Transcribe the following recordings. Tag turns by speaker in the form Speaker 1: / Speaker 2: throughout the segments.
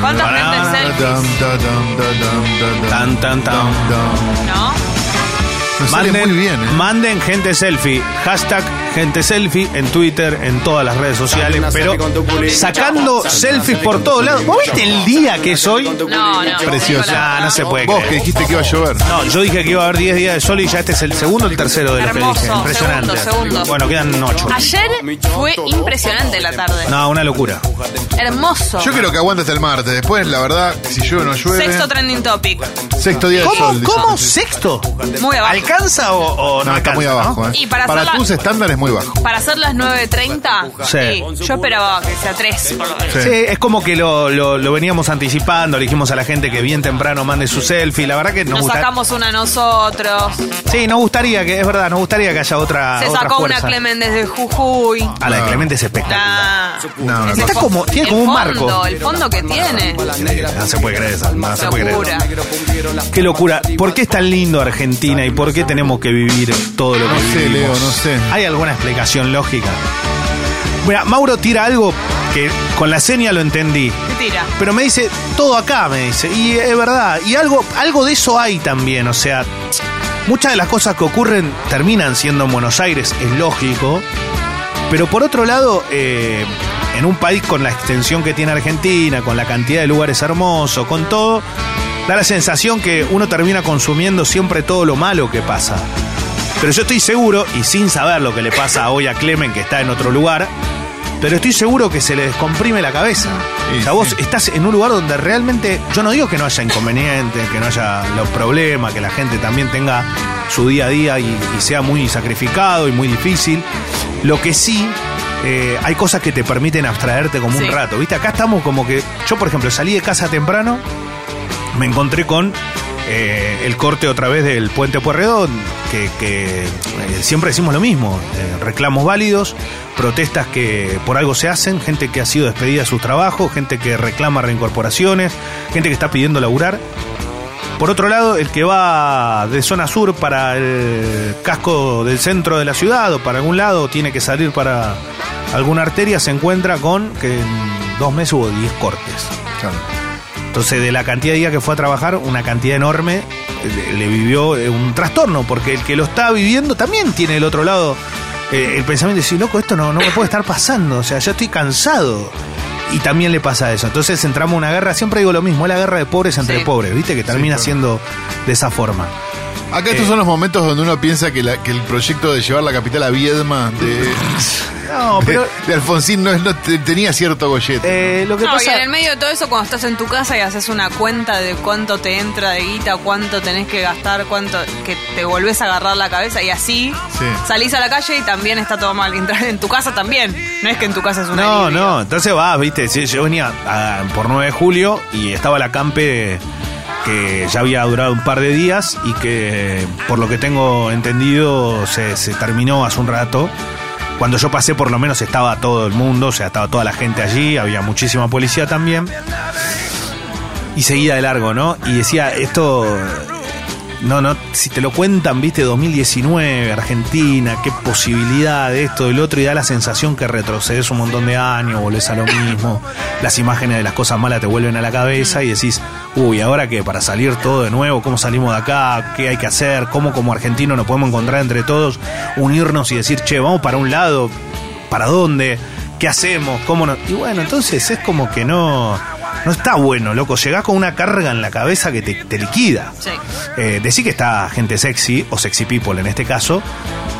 Speaker 1: ¿Cuántas mentes selfies?
Speaker 2: Tan, tan, tan.
Speaker 1: ¿No?
Speaker 3: Me sale
Speaker 2: Manden,
Speaker 3: muy bien, ¿eh?
Speaker 2: manden gente selfie, hashtag gente selfie en Twitter, en todas las redes sociales,
Speaker 4: Una
Speaker 2: pero
Speaker 4: selfie con tu culito.
Speaker 2: sacando
Speaker 4: Saca una
Speaker 2: selfies
Speaker 4: selfie
Speaker 2: por
Speaker 4: con
Speaker 2: todos
Speaker 4: tu
Speaker 2: lados.
Speaker 4: culito.
Speaker 2: ¿Vos viste el día que es hoy?
Speaker 1: No, no.
Speaker 3: Preciosa.
Speaker 2: Nah, no se puede
Speaker 3: Vos que
Speaker 2: creer.
Speaker 3: dijiste que iba a llover.
Speaker 2: No, yo dije que iba a haber 10 días de sol y ya este es el segundo o el tercero de los que
Speaker 1: Hermoso,
Speaker 2: dije. Impresionante.
Speaker 1: segundo, segundo.
Speaker 2: Bueno, quedan 8.
Speaker 1: Ayer fue impresionante la tarde.
Speaker 2: No, una locura.
Speaker 1: Hermoso.
Speaker 3: Yo creo que aguanta hasta el martes. Después, la verdad, si llueve o no llueve.
Speaker 1: Sexto trending topic.
Speaker 3: sexto día de sol.
Speaker 2: ¿Cómo?
Speaker 3: dice.
Speaker 2: ¿Cómo? ¿Sexto?
Speaker 1: Muy abajo.
Speaker 2: ¿Alcanza o, o no,
Speaker 3: No, está
Speaker 2: alcanza,
Speaker 3: muy
Speaker 2: no?
Speaker 3: abajo, ¿eh?
Speaker 1: Y para hacer la-
Speaker 3: tus estándares, muy bajo.
Speaker 1: Para hacer las 9.30,
Speaker 2: Sí.
Speaker 1: sí. yo esperaba que sea 3 por lo menos.
Speaker 3: Sí.
Speaker 2: Sí, es como que lo, lo- lo veníamos anticipando, le dijimos a la gente que bien temprano mande su selfie. La verdad que nos,
Speaker 1: Nos
Speaker 2: gusta-
Speaker 1: sacamos una nosotros.
Speaker 2: Sí, nos gustaría que, es verdad, nos gustaría que haya otra.
Speaker 1: Se
Speaker 2: Ah, otra
Speaker 1: sacó una
Speaker 2: fuerza.
Speaker 1: Clemen desde Jujuy.
Speaker 2: A la de Clemente es espectacular.
Speaker 1: Ah.
Speaker 3: No, no,
Speaker 1: Ese
Speaker 2: Está
Speaker 1: fo-
Speaker 2: como- tiene
Speaker 1: el
Speaker 2: como un
Speaker 1: fondo,
Speaker 2: marco.
Speaker 1: El fondo que tiene.
Speaker 2: No se puede creer esa, no se puede
Speaker 1: Locura.
Speaker 2: creer. Qué locura. ¿Por qué es tan lindo Argentina y por qué tenemos que vivir todo lo que
Speaker 3: No sé,
Speaker 2: vivimos?
Speaker 3: Leo, no sé.
Speaker 2: ¿Hay alguna explicación lógica? Mira, Mauro tira algo que con la seña lo entendí.
Speaker 1: ¿Qué tira?
Speaker 2: Pero me dice, todo acá, me dice. Y es verdad. Y algo, algo de eso hay también. O sea, muchas de las cosas que ocurren terminan siendo en Buenos Aires, es lógico. Pero por otro lado, eh, en un país con la extensión que tiene Argentina, con la cantidad de lugares hermosos, con todo, da la sensación que uno termina consumiendo siempre todo lo malo que pasa. Pero yo estoy seguro, y sin saber lo que le pasa hoy a Clemen, que está en otro lugar, pero estoy seguro que se le descomprime la cabeza.
Speaker 3: Sí,
Speaker 2: o sea, vos
Speaker 3: sí.
Speaker 2: estás en un lugar donde realmente, yo no digo que no haya inconvenientes, que no haya los problemas, que la gente también tenga su día a día y, y sea muy sacrificado y muy difícil. Lo que sí, eh, hay cosas que te permiten abstraerte como
Speaker 1: Sí.
Speaker 2: un rato. Viste, acá estamos como que, yo por ejemplo salí de casa temprano, me encontré con eh, el corte otra vez del puente Puerredón, que, que, eh, siempre decimos lo mismo, eh, reclamos válidos, protestas que por algo se hacen, gente que ha sido despedida de sus trabajos, gente que reclama reincorporaciones, gente que está pidiendo laburar. Por otro lado, el que va de zona sur para el casco del centro de la ciudad o para algún lado, tiene que salir para alguna arteria, se encuentra con que en dos meses hubo 10 cortes.
Speaker 3: Claro.
Speaker 2: Entonces, de la cantidad de días que fue a trabajar, una cantidad enorme eh, le, le vivió eh, un trastorno, porque el que lo está viviendo también tiene el otro lado eh, el pensamiento de decir, loco, esto no, no me puede estar pasando, o sea, yo estoy cansado. Y también le pasa eso. Entonces entramos en una guerra, siempre digo lo mismo, es la guerra de pobres entre
Speaker 1: Sí.
Speaker 2: pobres, ¿viste? Que termina
Speaker 3: claro.
Speaker 2: siendo de esa forma.
Speaker 3: Acá
Speaker 2: Eh.
Speaker 3: estos son los momentos donde uno piensa que, la- que el proyecto de llevar la capital a Viedma de,
Speaker 2: No, pero
Speaker 3: de- de Alfonsín no, es- no te- tenía cierto gollete.
Speaker 2: eh, lo que
Speaker 1: No, y
Speaker 2: pasa...
Speaker 1: en el medio de todo eso, cuando estás en tu casa y haces una cuenta de cuánto te entra de guita, cuánto tenés que gastar, cuánto que te volvés a agarrar la cabeza y así
Speaker 3: Sí.
Speaker 1: salís a la calle y también está todo mal. Entrar en tu casa también. No es que en tu casa es una
Speaker 2: No,
Speaker 1: alivio.
Speaker 2: no, entonces vas, viste, sí, yo venía ah, por 9 de julio y estaba la campe que ya había durado un par de días y que por lo que tengo entendido se, se terminó hace un rato. Cuando yo pasé por lo menos estaba todo el mundo, o sea, estaba toda la gente allí, había muchísima policía también. Y seguía de largo, ¿no? Y decía, esto no, no, si te lo cuentan, viste, 2019, Argentina, qué posibilidad de esto, del otro, y da la sensación que retrocedes un montón de años, volvés a lo mismo, las imágenes de las cosas malas te vuelven a la cabeza y decís, uy, ahora que para salir todo de nuevo, cómo salimos de acá, qué hay que hacer, cómo como argentinos nos podemos encontrar entre todos, unirnos y decir, che, vamos para un lado, para dónde, qué hacemos, cómo nos... Y bueno, entonces es como que no... No está bueno, loco. Llegás con una carga en la cabeza que te, te liquida.
Speaker 1: Sí.
Speaker 2: Eh, decir que está gente sexy o sexy people en este caso,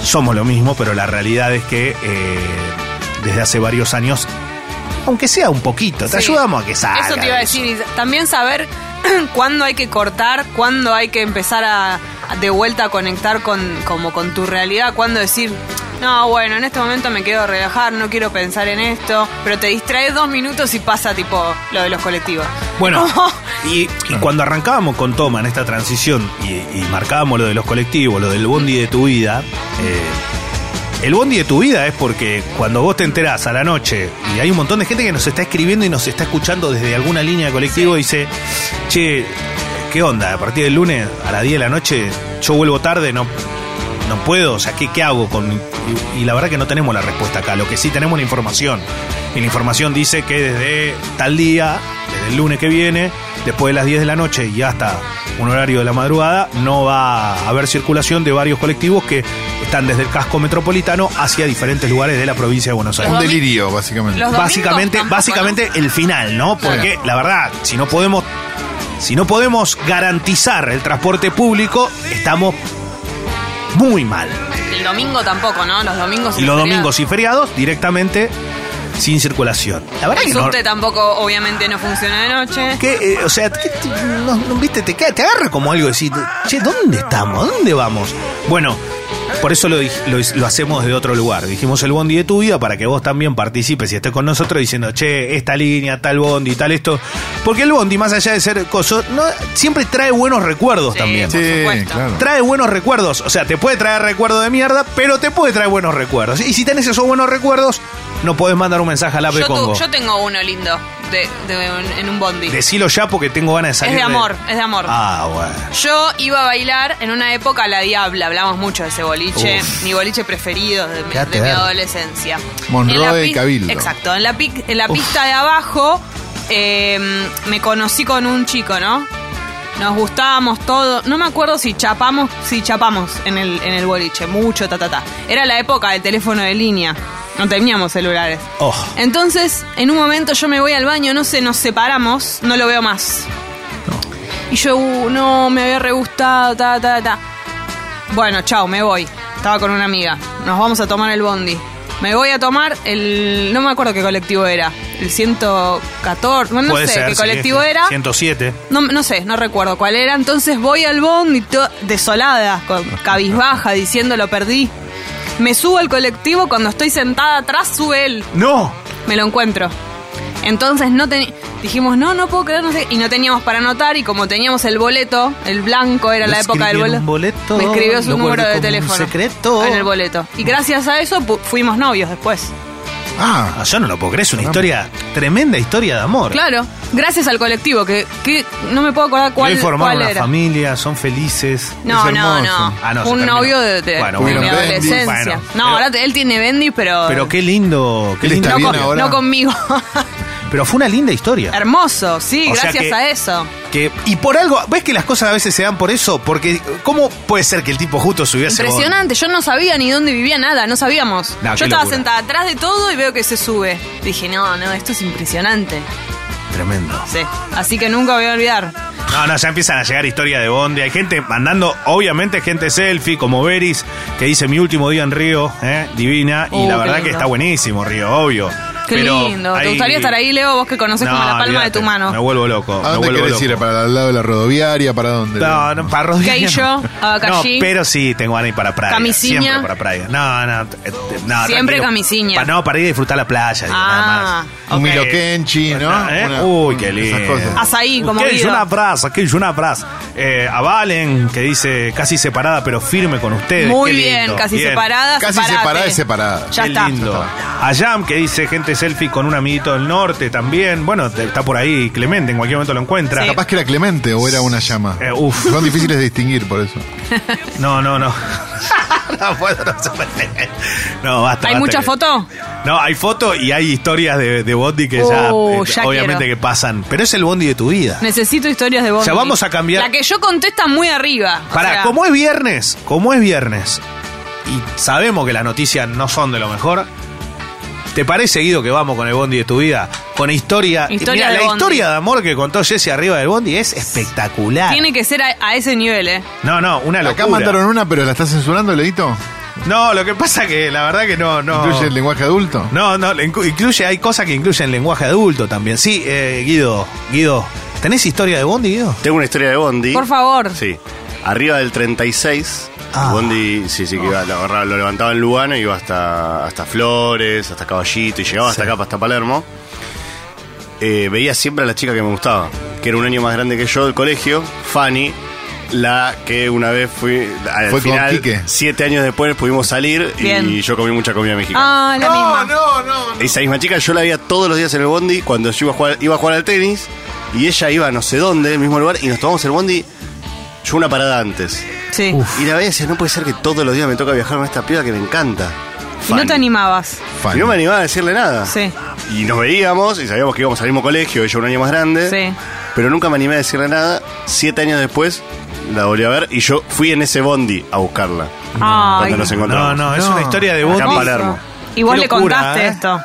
Speaker 2: somos lo mismo, pero la realidad es que eh, desde hace varios años, aunque sea un poquito, te
Speaker 1: Sí.
Speaker 2: ayudamos a que salga.
Speaker 1: Eso te iba a
Speaker 2: eso.
Speaker 1: decir. y También saber cuándo hay que cortar, cuándo hay que empezar a a de vuelta a conectar con, como con tu realidad, cuándo decir, no, bueno, en este momento me quiero relajar, no quiero pensar en esto, pero te distraes dos minutos y pasa tipo lo de los colectivos.
Speaker 2: Bueno,
Speaker 1: Como-
Speaker 2: y, y cuando arrancábamos con Toma en esta transición y, y marcábamos lo de los colectivos, lo del bondi de tu vida, eh, el bondi de tu vida es porque cuando vos te enterás a la noche y hay un montón de gente que nos está escribiendo y nos está escuchando desde alguna línea de colectivo, dice, che, ¿qué onda? A partir del lunes a las 10 de la noche yo vuelvo tarde, no, no puedo, o sea, ¿qué, qué hago? Con, y, y la verdad que no tenemos la respuesta acá, lo que sí tenemos la información. Y la información dice que desde tal día, desde el lunes que viene, después de las 10 de la noche y hasta un horario de la madrugada, no va a haber circulación de varios colectivos que están desde el casco metropolitano hacia diferentes lugares de la provincia de Buenos Aires.
Speaker 3: Un delirio, básicamente.
Speaker 1: Los- domingos
Speaker 2: Básicamente,
Speaker 1: tampoco,
Speaker 2: básicamente el final, ¿no? Porque la verdad, si no podemos, si no podemos garantizar el transporte público, estamos muy mal.
Speaker 1: El domingo tampoco, ¿no? Los domingos.
Speaker 2: Y los domingos y feriados directamente sin circulación. La verdad
Speaker 1: El
Speaker 2: que no-
Speaker 1: subte tampoco, obviamente, no funciona de noche.
Speaker 2: que, eh, o sea, que t- no, no, viste, te, queda- te agarra como algo de decir, che, ¿dónde estamos? ¿Dónde vamos? Bueno, por eso lo, dij- lo, lo hacemos de otro lugar. Dijimos el bondi de tu vida para que vos también participes y estés con nosotros diciendo, che, esta línea, tal bondi, tal esto. Porque el bondi, más allá de ser coso, no, siempre trae buenos recuerdos
Speaker 1: Sí.
Speaker 2: también.
Speaker 1: por supuesto.
Speaker 3: claro.
Speaker 2: Trae buenos recuerdos, o sea, te puede traer recuerdos de mierda, pero te puede traer buenos recuerdos. Y si tenés esos buenos recuerdos, no podés mandar un mensaje al app de
Speaker 1: Yo, tu-
Speaker 2: Congo.
Speaker 1: yo tengo uno lindo de, de un- en un bondi.
Speaker 2: Decilo ya porque tengo ganas de
Speaker 1: es
Speaker 2: salir.
Speaker 1: de amor, es de amor.
Speaker 2: Ah, bueno.
Speaker 1: Yo iba a bailar en una época la Diabla, hablamos mucho de ese boliche,
Speaker 2: Uf.
Speaker 1: mi boliche preferido de mi,
Speaker 2: Quédate
Speaker 1: de mi
Speaker 2: ver.
Speaker 1: adolescencia.
Speaker 3: Monroe
Speaker 1: En la
Speaker 3: y
Speaker 1: pi-
Speaker 3: Cabildo.
Speaker 1: Exacto, en la, pic- en la pista de abajo eh, me conocí con un chico, ¿no? Nos gustábamos todo, no me acuerdo si chapamos, si chapamos en el, en el boliche, mucho, ta, ta, ta. Era la época del teléfono de línea, no teníamos celulares.
Speaker 2: Oh.
Speaker 1: Entonces, en un momento yo me voy al baño, no sé, nos separamos, no lo veo más. Y yo, uh, no, me había re gustado, ta, ta, ta. Bueno, chao, me voy. Estaba con una amiga. Nos vamos a tomar el bondi. Me voy a tomar el. No me acuerdo qué colectivo era. El 114. Bueno, no
Speaker 2: Puede
Speaker 1: sé
Speaker 2: ser,
Speaker 1: qué
Speaker 2: sí, este,
Speaker 1: colectivo
Speaker 2: sí.
Speaker 1: era.
Speaker 2: 107.
Speaker 1: No, no sé, no recuerdo cuál era. Entonces voy al bondi to- desolada, con cabizbaja, diciendo lo perdí. Me subo al colectivo, cuando estoy sentada atrás sube él
Speaker 2: ¡No!
Speaker 1: me lo encuentro. Entonces no teni- dijimos, no, no puedo creer, no sé, y no teníamos para anotar, y como teníamos el boleto, el blanco era
Speaker 2: Lo
Speaker 1: la época del
Speaker 2: escribí en
Speaker 1: boleto,
Speaker 2: un boleto,
Speaker 1: me escribió su
Speaker 2: lo
Speaker 1: número
Speaker 2: guardé
Speaker 1: de
Speaker 2: como un
Speaker 1: teléfono
Speaker 2: secreto.
Speaker 1: en el boleto. Y gracias a eso pu- fuimos novios después.
Speaker 3: Ah,
Speaker 2: Ah, yo no lo puedo creer, es una historia, tremenda historia de amor.
Speaker 1: Claro, gracias al colectivo, que, que no me puedo acordar cuál,
Speaker 2: Hoy formaron
Speaker 1: cuál
Speaker 2: una
Speaker 1: era.
Speaker 2: familia, son felices.
Speaker 1: No,
Speaker 3: Es
Speaker 1: no,
Speaker 3: hermoso.
Speaker 1: no.
Speaker 2: Ah, no, se
Speaker 1: un
Speaker 2: terminó.
Speaker 1: novio de, de-
Speaker 2: Bueno,
Speaker 1: de
Speaker 3: bueno.
Speaker 1: mi
Speaker 3: Tuvieron Bendy.
Speaker 1: adolescencia.
Speaker 2: Bueno,
Speaker 1: no,
Speaker 2: pero-
Speaker 1: ahora te- él tiene Bendy, pero,
Speaker 2: Pero qué lindo, qué
Speaker 3: Él está
Speaker 2: lindo.
Speaker 1: no,
Speaker 3: bien
Speaker 1: con-
Speaker 3: ahora.
Speaker 1: no conmigo.
Speaker 2: Pero fue una linda historia.
Speaker 1: Hermoso, sí,
Speaker 2: O sea
Speaker 1: gracias
Speaker 2: que-
Speaker 1: a eso.
Speaker 2: Que, y por algo, ¿ves que las cosas a veces se dan por eso? Porque, ¿cómo puede ser que el tipo justo subiese?
Speaker 1: Impresionante, yo no sabía ni dónde vivía nada, no sabíamos.
Speaker 2: No, qué
Speaker 1: yo estaba
Speaker 2: locura.
Speaker 1: sentada atrás de todo y veo que se sube. Dije, no, no, esto es impresionante.
Speaker 2: Tremendo.
Speaker 1: Sí. Así que nunca voy a olvidar.
Speaker 2: No, no, ya empiezan a llegar historias de Bondi. Hay gente mandando, obviamente, gente selfie, como Beris, que dice mi último día en Río, ¿eh? divina. y
Speaker 1: Uh,
Speaker 2: la
Speaker 1: qué
Speaker 2: verdad que
Speaker 1: lindo.
Speaker 2: está buenísimo, Río, obvio.
Speaker 1: Qué
Speaker 2: Pero
Speaker 1: lindo. ¿Te
Speaker 2: hay-
Speaker 1: gustaría estar ahí, Leo? Vos que conocés como la palma de
Speaker 2: olvídate,
Speaker 1: tu
Speaker 2: Me
Speaker 1: mano.
Speaker 2: vuelvo loco.
Speaker 3: ¿a
Speaker 2: me
Speaker 3: dónde
Speaker 2: vuelvo
Speaker 3: querés
Speaker 2: loco.
Speaker 3: ir? ¿Para el lado de la rodoviaria? ¿Para dónde?
Speaker 2: No, no, para Rodríguez.
Speaker 1: Keillo,
Speaker 2: no.
Speaker 1: Abacallí.
Speaker 2: No, pero sí, tengo ganas de ir para playa.
Speaker 1: Camisinha.
Speaker 2: Siempre para playa. No, no. eh,
Speaker 1: Siempre
Speaker 2: no tranquilo.
Speaker 1: camisinha.
Speaker 2: Pa- no, para ir a disfrutar la playa, digo,
Speaker 1: Ah,
Speaker 2: nada
Speaker 1: ok.
Speaker 3: Un miloquenchi, ¿no?
Speaker 2: ¿Eh?
Speaker 3: Una-
Speaker 2: Uy, qué
Speaker 3: esas
Speaker 2: lindo. Ah,
Speaker 3: cosas.
Speaker 1: Azaí, como
Speaker 2: ¿Qué es
Speaker 1: Guido.
Speaker 2: una frase? ¿Qué es una frase? Eh, a Valen, que dice casi separada pero firme con ustedes.
Speaker 1: Muy
Speaker 2: Qué
Speaker 1: bien,
Speaker 2: lindo.
Speaker 1: casi
Speaker 2: Bien.
Speaker 1: separada.
Speaker 3: Casi
Speaker 1: separate.
Speaker 3: separada y separada.
Speaker 1: Ya
Speaker 2: Qué
Speaker 1: está.
Speaker 2: lindo. A Jam, que dice gente selfie con un amiguito del norte también. Bueno, te- está por ahí Clemente, en cualquier momento lo encuentra.
Speaker 1: Sí.
Speaker 3: Capaz que era Clemente o era una llama.
Speaker 2: Eh, uf.
Speaker 3: Son difíciles de distinguir por eso.
Speaker 2: No, no, no. no puedo, no se puede. No, basta.
Speaker 1: ¿Hay
Speaker 2: basta
Speaker 1: mucha
Speaker 2: que-
Speaker 1: foto?
Speaker 2: No, hay fotos y hay historias de, de Bondi que ya,
Speaker 1: Oh,
Speaker 2: eh,
Speaker 1: ya
Speaker 2: obviamente
Speaker 1: quiero.
Speaker 2: que pasan. Pero es el Bondi de tu vida.
Speaker 1: Necesito historias de vos.
Speaker 2: Ya vamos a cambiar-
Speaker 1: La que yo contesta muy arriba. o
Speaker 2: Pará,
Speaker 1: sea,
Speaker 2: como es viernes, como es viernes, y sabemos que las noticias no son de lo mejor, ¿te parece, Guido, que vamos con el Bondi de tu vida? Con historia.
Speaker 1: Historia
Speaker 2: Mirá,
Speaker 1: de
Speaker 2: la
Speaker 1: Bondi.
Speaker 2: historia de amor que contó Jesse arriba del Bondi es espectacular.
Speaker 1: Tiene que ser a, a ese nivel, ¿eh?
Speaker 2: No, no, una locura.
Speaker 3: Acá mandaron una, pero la estás censurando, Leito.
Speaker 2: No, lo que pasa que la verdad que no, no.
Speaker 3: ¿Incluye el lenguaje adulto?
Speaker 2: No, no, le inclu- incluye, hay cosas que incluyen lenguaje adulto también. Sí, eh, Guido, Guido, ¿tenés historia de Bondi, Guido?
Speaker 4: Tengo una historia de Bondi.
Speaker 1: Por favor.
Speaker 4: Sí. Arriba del 36,
Speaker 2: Ah.
Speaker 4: Bondi, sí, sí, que iba, lo, agarraba- lo levantaba en Lugano y iba hasta, hasta Flores, hasta Caballito y llegaba hasta
Speaker 2: Sí.
Speaker 4: acá, hasta Palermo. Eh, veía siempre a la chica que me gustaba, que era un año más grande que yo del colegio, Fanny, la que una vez fui, al
Speaker 3: Fue con
Speaker 4: final,
Speaker 3: Quique.
Speaker 4: siete años después pudimos salir
Speaker 1: Bien.
Speaker 4: y yo comí mucha comida mexicana.
Speaker 1: Ah, la misma.
Speaker 3: no, no.
Speaker 4: Esa misma chica yo la veía todos los días en el bondi cuando yo iba a jugar, iba a jugar al tenis. Y ella iba a no sé dónde, el mismo lugar, y nos tomamos el bondi. Yo una parada antes.
Speaker 1: Sí.
Speaker 4: Y la veía y decía, no puede ser que todos los días me toca viajar con esta piba que me encanta.
Speaker 1: Y no te
Speaker 4: Fanny.
Speaker 1: animabas.
Speaker 3: Fan.
Speaker 4: Y no me animaba a decirle nada.
Speaker 1: Sí.
Speaker 4: Y nos veíamos y sabíamos que íbamos al mismo colegio, ella un año más grande.
Speaker 1: Sí.
Speaker 4: Pero nunca me animé a decirle nada. Siete años después la volví a ver y yo fui en ese bondi a buscarla.
Speaker 1: Ay.
Speaker 4: Cuando nos
Speaker 2: No,
Speaker 4: encontramos.
Speaker 2: no, es
Speaker 3: No.
Speaker 2: una historia de
Speaker 4: Acá en
Speaker 2: bondi.
Speaker 4: Palermo.
Speaker 1: Y vos
Speaker 2: Qué
Speaker 1: le
Speaker 2: locura,
Speaker 1: contaste
Speaker 2: ¿eh?
Speaker 1: esto.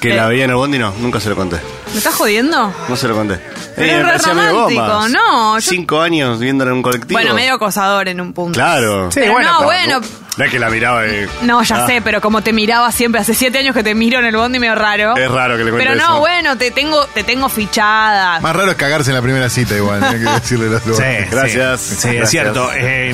Speaker 4: Que
Speaker 1: Eh.
Speaker 4: la veía en el bondi, no, nunca se lo conté.
Speaker 1: ¿Me estás jodiendo?
Speaker 4: No se lo conté.
Speaker 1: Pero
Speaker 4: me
Speaker 1: es re
Speaker 4: parecía medio
Speaker 1: romántico,
Speaker 4: goma.
Speaker 1: no, yo-
Speaker 4: Cinco años viéndola en un colectivo.
Speaker 1: Bueno, medio acosador en un punto.
Speaker 4: Claro.
Speaker 1: Sí, Pero bueno, no, pero- bueno.
Speaker 4: No es que la miraba y...
Speaker 1: No, ya
Speaker 4: Ah,
Speaker 1: sé, pero como te miraba siempre, hace siete años que te miro en el bondi, medio raro.
Speaker 4: Es raro que le cuente
Speaker 1: Pero no,
Speaker 4: eso.
Speaker 1: bueno, te tengo, te tengo fichada.
Speaker 3: Más raro es cagarse en la primera cita igual, hay que decirle las
Speaker 2: Sí,
Speaker 3: lugares.
Speaker 4: Gracias.
Speaker 2: Sí, sí,
Speaker 4: Gracias.
Speaker 2: es cierto. Eh,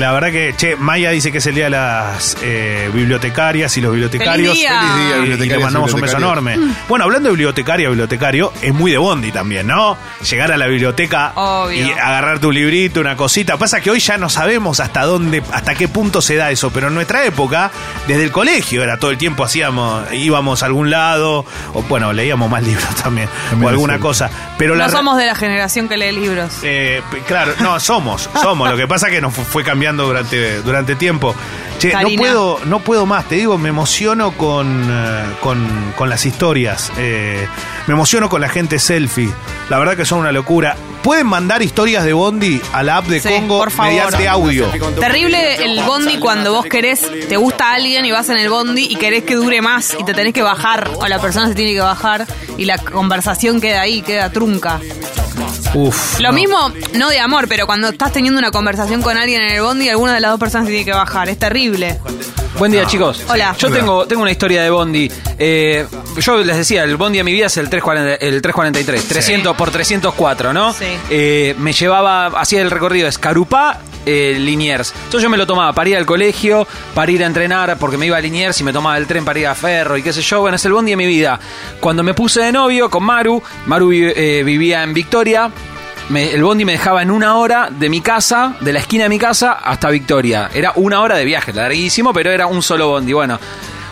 Speaker 2: la verdad que, che, Maya dice que es el día de las eh, bibliotecarias y los bibliotecarios.
Speaker 1: Feliz día. Feliz día,
Speaker 2: Y- y le
Speaker 3: bibliotecarias y
Speaker 2: mandamos un beso
Speaker 3: bibliotecarios.
Speaker 2: enorme. Bueno, hablando de bibliotecaria, bibliotecario, es muy de Bondi también, ¿no? Llegar a la biblioteca
Speaker 1: Obvio.
Speaker 2: y agarrar tu librito, una cosita. Pasa que hoy ya no sabemos hasta dónde, hasta qué punto se da eso, pero en nuestra época, desde el colegio era todo el tiempo hacíamos, íbamos a algún lado, o bueno, leíamos más libros también,
Speaker 3: También
Speaker 2: o
Speaker 3: es
Speaker 2: alguna
Speaker 3: cierto.
Speaker 2: cosa. Pero la
Speaker 1: no
Speaker 2: re-
Speaker 1: somos de la generación que lee libros.
Speaker 2: eh, p- claro, no, somos, somos. Lo que pasa es que nos fu- fue cambiando durante, durante tiempo. Che, no
Speaker 1: Karina.
Speaker 2: puedo, no puedo más, te digo, me emociono con, eh, con, con las historias. eh, me emociono con la gente selfie. La verdad que son una locura. Pueden mandar historias de Bondi a la app de
Speaker 1: Sí,
Speaker 2: Congo
Speaker 1: por favor.
Speaker 2: mediante audio.
Speaker 1: Terrible el bondi cuando vos querés, te gusta alguien y vas en el bondi y querés que dure más y te tenés que bajar o la persona se tiene que bajar y la conversación queda ahí, queda trunca.
Speaker 2: Uf.
Speaker 1: Lo
Speaker 2: no.
Speaker 1: mismo, no de amor, pero cuando estás teniendo una conversación con alguien en el bondi, alguna de las dos personas tiene que bajar. Es terrible.
Speaker 5: Buen día, chicos.
Speaker 1: Hola.
Speaker 5: Yo tengo, tengo una historia de Bondi. Eh, yo les decía, el Bondi de mi vida es el, 340, el 343, 300 por 304, ¿no?
Speaker 1: Sí.
Speaker 5: Eh, me llevaba, hacía el recorrido de Escarupá, eh, Liniers. Entonces yo me lo tomaba para ir al colegio, para ir a entrenar, porque me iba a Liniers y me tomaba el tren para ir a Ferro y qué sé yo. Bueno, es el Bondi de mi vida. Cuando me puse de novio con Maru, Maru vi- eh, vivía en Victoria. me- el bondi me dejaba en una hora de mi casa, de la esquina de mi casa hasta Victoria. Era una hora de viaje, larguísimo, pero era un solo bondi. Bueno,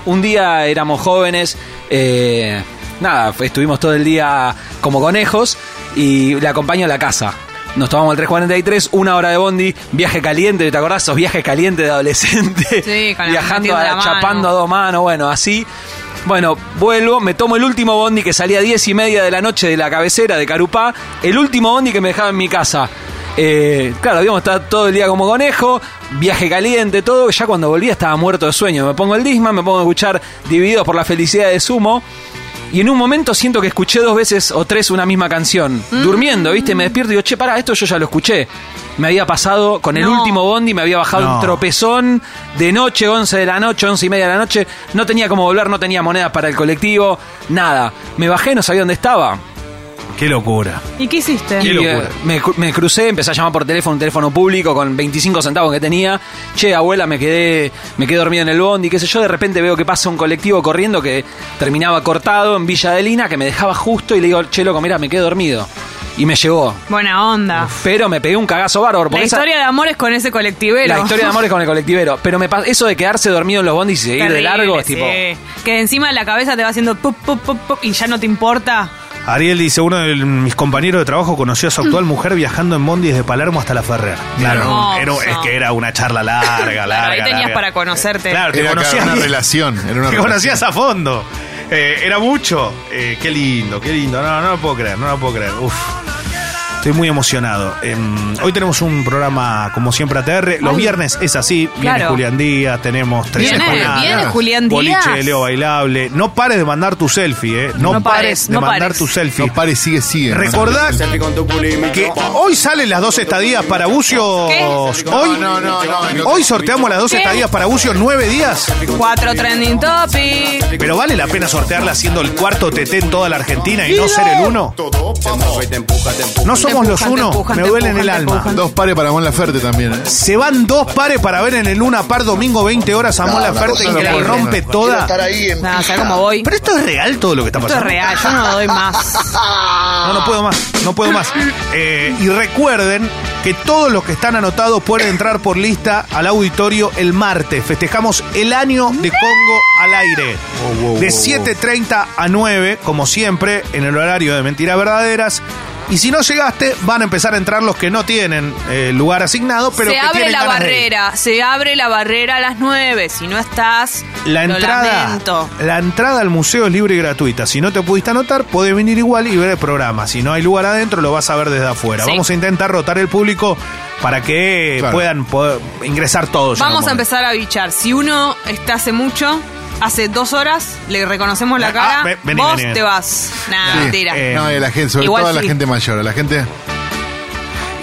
Speaker 5: un día éramos jóvenes, eh, nada, estuvimos todo el día como conejos y la acompaño a la casa. Nos tomamos el 343, una hora de bondi, viaje caliente, ¿te acordás? Esos viajes calientes de adolescente.
Speaker 1: Sí, con la
Speaker 5: viajando,
Speaker 1: metiendo
Speaker 5: a-
Speaker 1: la mano.
Speaker 5: chapando a dos manos, bueno, así. Bueno, vuelvo, me tomo el último bondi que salía a 10 y media de la noche de la cabecera de Carupá, el último bondi que me dejaba en mi casa. Eh, claro, habíamos estado todo el día como conejo, viaje caliente, todo. Ya cuando volvía estaba muerto de sueño. Me pongo el Disman, me pongo a escuchar Divididos por la Felicidad de Sumo. Y en un momento siento que escuché dos veces o tres una misma canción. Durmiendo, ¿viste? Me despierto y digo, che, pará, esto yo ya lo escuché. Me había pasado con el
Speaker 1: No.
Speaker 5: último bondi, me había bajado
Speaker 2: No.
Speaker 5: un tropezón de noche, 11 de la noche, 11 y media de la noche. No tenía cómo volver, no tenía monedas para el colectivo, nada. Me bajé, no sabía dónde estaba.
Speaker 2: Qué locura.
Speaker 1: ¿Y qué hiciste?
Speaker 5: Y,
Speaker 2: locura.
Speaker 5: eh, me, cru- me crucé, empecé a llamar por teléfono, un teléfono público con 25 centavos que tenía. Che, abuela, me quedé, me quedé dormido en el bondi, qué sé yo. De repente veo que pasa un colectivo corriendo que terminaba cortado en Villa de Lina, que me dejaba justo y le digo, che, loco, mira, me quedé dormido. Y me llegó.
Speaker 1: Buena onda.
Speaker 5: Pero me pegué un cagazo bárbaro.
Speaker 1: La
Speaker 5: porque esa-
Speaker 1: historia de amor es con ese colectivero.
Speaker 5: la historia de amor es con el colectivero. Pero me pa- eso de quedarse dormido en los bondis y seguir de
Speaker 1: Terrible,
Speaker 5: largo es
Speaker 1: sí.
Speaker 5: tipo.
Speaker 1: Que encima la cabeza te va haciendo pup, pup, pup, pup, y ya no te importa.
Speaker 2: Ariel dice, uno de mis compañeros de trabajo conoció a su actual mujer viajando en Bondi desde Palermo hasta La Ferrer. Claro,
Speaker 1: Hermoso.
Speaker 2: era- es que era una charla larga, larga.
Speaker 1: ahí tenías
Speaker 2: larga.
Speaker 1: para conocerte.
Speaker 2: Claro, te
Speaker 3: Era claro,
Speaker 2: conocías
Speaker 3: una
Speaker 2: bien.
Speaker 3: relación, era una
Speaker 2: Te
Speaker 3: relación.
Speaker 2: conocías a fondo. Eh, era mucho. Eh, qué lindo, qué lindo. No, no lo puedo creer, no lo puedo creer. Uf. Estoy muy emocionado. Em, hoy tenemos un programa, como siempre, ATR. Los
Speaker 1: Ay.
Speaker 2: viernes es así. Viene
Speaker 1: Claro.
Speaker 2: Julián Díaz, tenemos tres
Speaker 1: Viene,
Speaker 2: empanadas,
Speaker 1: viene Julián
Speaker 2: Boliche
Speaker 1: Díaz.
Speaker 2: de Leo Bailable. No pares de mandar tu selfie, ¿eh? No,
Speaker 1: No
Speaker 2: pares
Speaker 1: pares,
Speaker 2: de
Speaker 1: no
Speaker 2: mandar
Speaker 1: pares.
Speaker 2: tu selfie.
Speaker 3: No pare, sigue, sigue.
Speaker 2: Recordá que hoy salen las dos estadías para Bucios.
Speaker 1: ¿Qué?
Speaker 2: Hoy,
Speaker 3: No, no, no, no.
Speaker 2: hoy sorteamos las dos
Speaker 1: ¿Qué?
Speaker 2: estadías para Bucios nueve días.
Speaker 1: Cuatro trending topics.
Speaker 2: Pero vale la pena sortearla siendo el cuarto TT en toda la Argentina y no ser el uno. No son Somos
Speaker 1: empujan,
Speaker 2: los
Speaker 1: te
Speaker 2: uno,
Speaker 1: empujan,
Speaker 2: me
Speaker 1: te
Speaker 2: duele en
Speaker 1: empujan,
Speaker 2: el
Speaker 1: te
Speaker 2: alma.
Speaker 1: empujan.
Speaker 3: Dos pares para Mon Laferte también, ¿eh?
Speaker 2: Se van dos pares para ver en el Luna Par domingo 20 horas a
Speaker 6: No,
Speaker 2: Mon
Speaker 6: una
Speaker 2: Laferte
Speaker 6: cosa
Speaker 2: y
Speaker 6: no
Speaker 2: que la
Speaker 6: puede ser.
Speaker 2: rompe
Speaker 6: Quiero
Speaker 2: toda.
Speaker 6: estar ahí en
Speaker 1: No,
Speaker 6: pija.
Speaker 1: ¿sabes cómo voy?
Speaker 2: Pero esto es real todo lo que está
Speaker 1: Esto es
Speaker 2: pasando.
Speaker 1: real, yo no doy más.
Speaker 2: No, no puedo más, no puedo más. Eh, y recuerden que todos los que están anotados pueden entrar por lista al auditorio el martes. Festejamos el año de Congo al aire. de 7.30 a 9, como siempre, en el horario de Mentiras Verdaderas. Y si no llegaste, van a empezar a entrar los que no tienen eh, lugar asignado, pero
Speaker 1: se
Speaker 2: que
Speaker 1: abre
Speaker 2: tienen
Speaker 1: la
Speaker 2: ganas de ir.
Speaker 1: barrera, se abre la barrera a las 9. Si no estás,
Speaker 2: La
Speaker 1: lo
Speaker 2: entrada,
Speaker 1: lamento.
Speaker 2: la entrada al museo es libre y gratuita. Si no te pudiste anotar, podés venir igual y ver el programa. Si no hay lugar adentro, lo vas a ver desde afuera.
Speaker 1: Sí.
Speaker 2: Vamos a intentar rotar el público para que
Speaker 3: Claro.
Speaker 2: puedan poder ingresar todos. en
Speaker 1: Vamos
Speaker 2: algún
Speaker 1: a empezar a bichar. Si uno está hace mucho, hace dos horas, le reconocemos la
Speaker 2: Ah,
Speaker 1: cara,
Speaker 2: ve- vení,
Speaker 1: vos
Speaker 2: vení.
Speaker 1: te vas. Nah,
Speaker 3: Sí.
Speaker 1: mentira.
Speaker 2: eh,
Speaker 3: No, y a la gente, sobre
Speaker 1: Igual
Speaker 3: todo a la
Speaker 1: sí.
Speaker 3: gente mayor. A la gente,
Speaker 2: momento.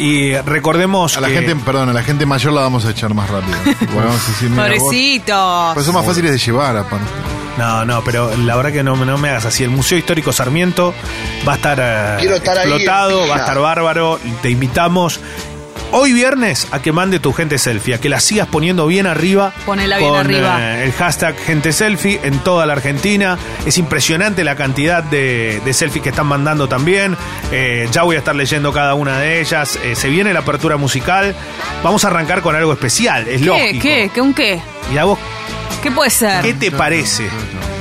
Speaker 2: Y recordemos
Speaker 3: a la
Speaker 2: que-
Speaker 3: gente, perdón, a la gente mayor la vamos a echar más rápido. Porque vamos a decir, mira, vos-
Speaker 1: Pobrecito.
Speaker 3: Pues son más fáciles de llevar, aparte.
Speaker 2: No, no, pero la verdad que no, no me hagas así. El Museo Histórico Sarmiento va a estar, eh,
Speaker 6: Quiero estar ahí en
Speaker 2: explotado,
Speaker 6: pija.
Speaker 2: va a estar bárbaro. Te invitamos hoy viernes a que mande tu gente selfie, a que la sigas poniendo bien arriba.
Speaker 1: Ponela bien arriba.
Speaker 2: eh, el hashtag gente selfie en toda la Argentina. Es impresionante la cantidad de, de selfies que están mandando también. Eh, ya voy a estar leyendo cada una de ellas. Eh, se viene la apertura musical. Vamos a arrancar con algo especial. Es
Speaker 1: ¿Qué?
Speaker 2: lógico.
Speaker 1: ¿Qué? ¿Qué? ¿Un qué?
Speaker 2: Y a vos,
Speaker 1: ¿Qué puede ser?
Speaker 2: ¿Qué te parece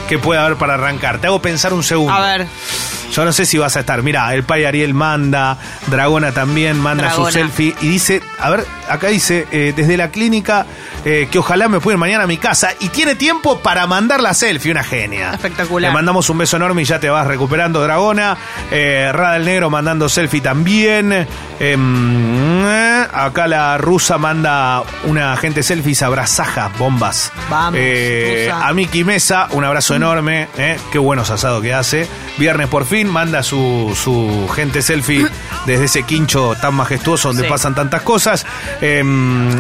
Speaker 2: que puede haber para arrancar? Te hago pensar un segundo.
Speaker 1: A ver.
Speaker 2: Yo no sé si vas a estar. Mira, el Pai Ariel manda, Dragona también manda
Speaker 1: Dragona.
Speaker 2: su selfie y dice, a ver, acá dice, eh, desde la clínica, eh, que ojalá me puedan mañana a mi casa y tiene tiempo para mandar la selfie, una genia.
Speaker 1: Espectacular.
Speaker 2: Le mandamos un beso enorme y ya te vas recuperando, Dragona. Eh, Rada el Negro mandando selfie también. Em, acá la rusa manda una gente selfies a brazaja, bombas.
Speaker 1: Vamos,
Speaker 2: Eh,
Speaker 1: rusa.
Speaker 2: a Miki Mesa, un abrazo enorme. ¿eh? Qué buenos asados que hace. Viernes por fin manda su, su gente selfie desde ese quincho tan majestuoso donde
Speaker 1: Sí.
Speaker 2: pasan tantas cosas. Eh,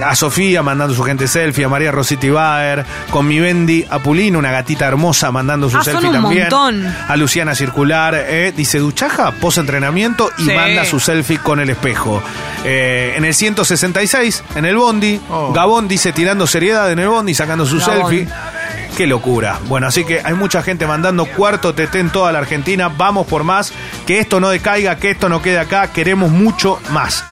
Speaker 2: a Sofía mandando su gente selfie, a María Rositi Baer, con mi Bendy Apulino, una gatita hermosa mandando su
Speaker 1: Ah, son
Speaker 2: selfie
Speaker 1: un
Speaker 2: también.
Speaker 1: montón.
Speaker 2: A Luciana Circular, eh, dice Duchaja, post entrenamiento y
Speaker 1: Sí.
Speaker 2: manda su selfie con el espejo. Eh, en el 166, en el Bondi,
Speaker 3: Oh.
Speaker 2: Gabón dice tirando seriedad en el Bondi, sacando su
Speaker 1: Gabón.
Speaker 2: selfie. Qué locura. Bueno, así que hay mucha gente mandando cuarto TT en toda la Argentina. Vamos por más. Que esto no decaiga, que esto no quede acá. Queremos mucho más.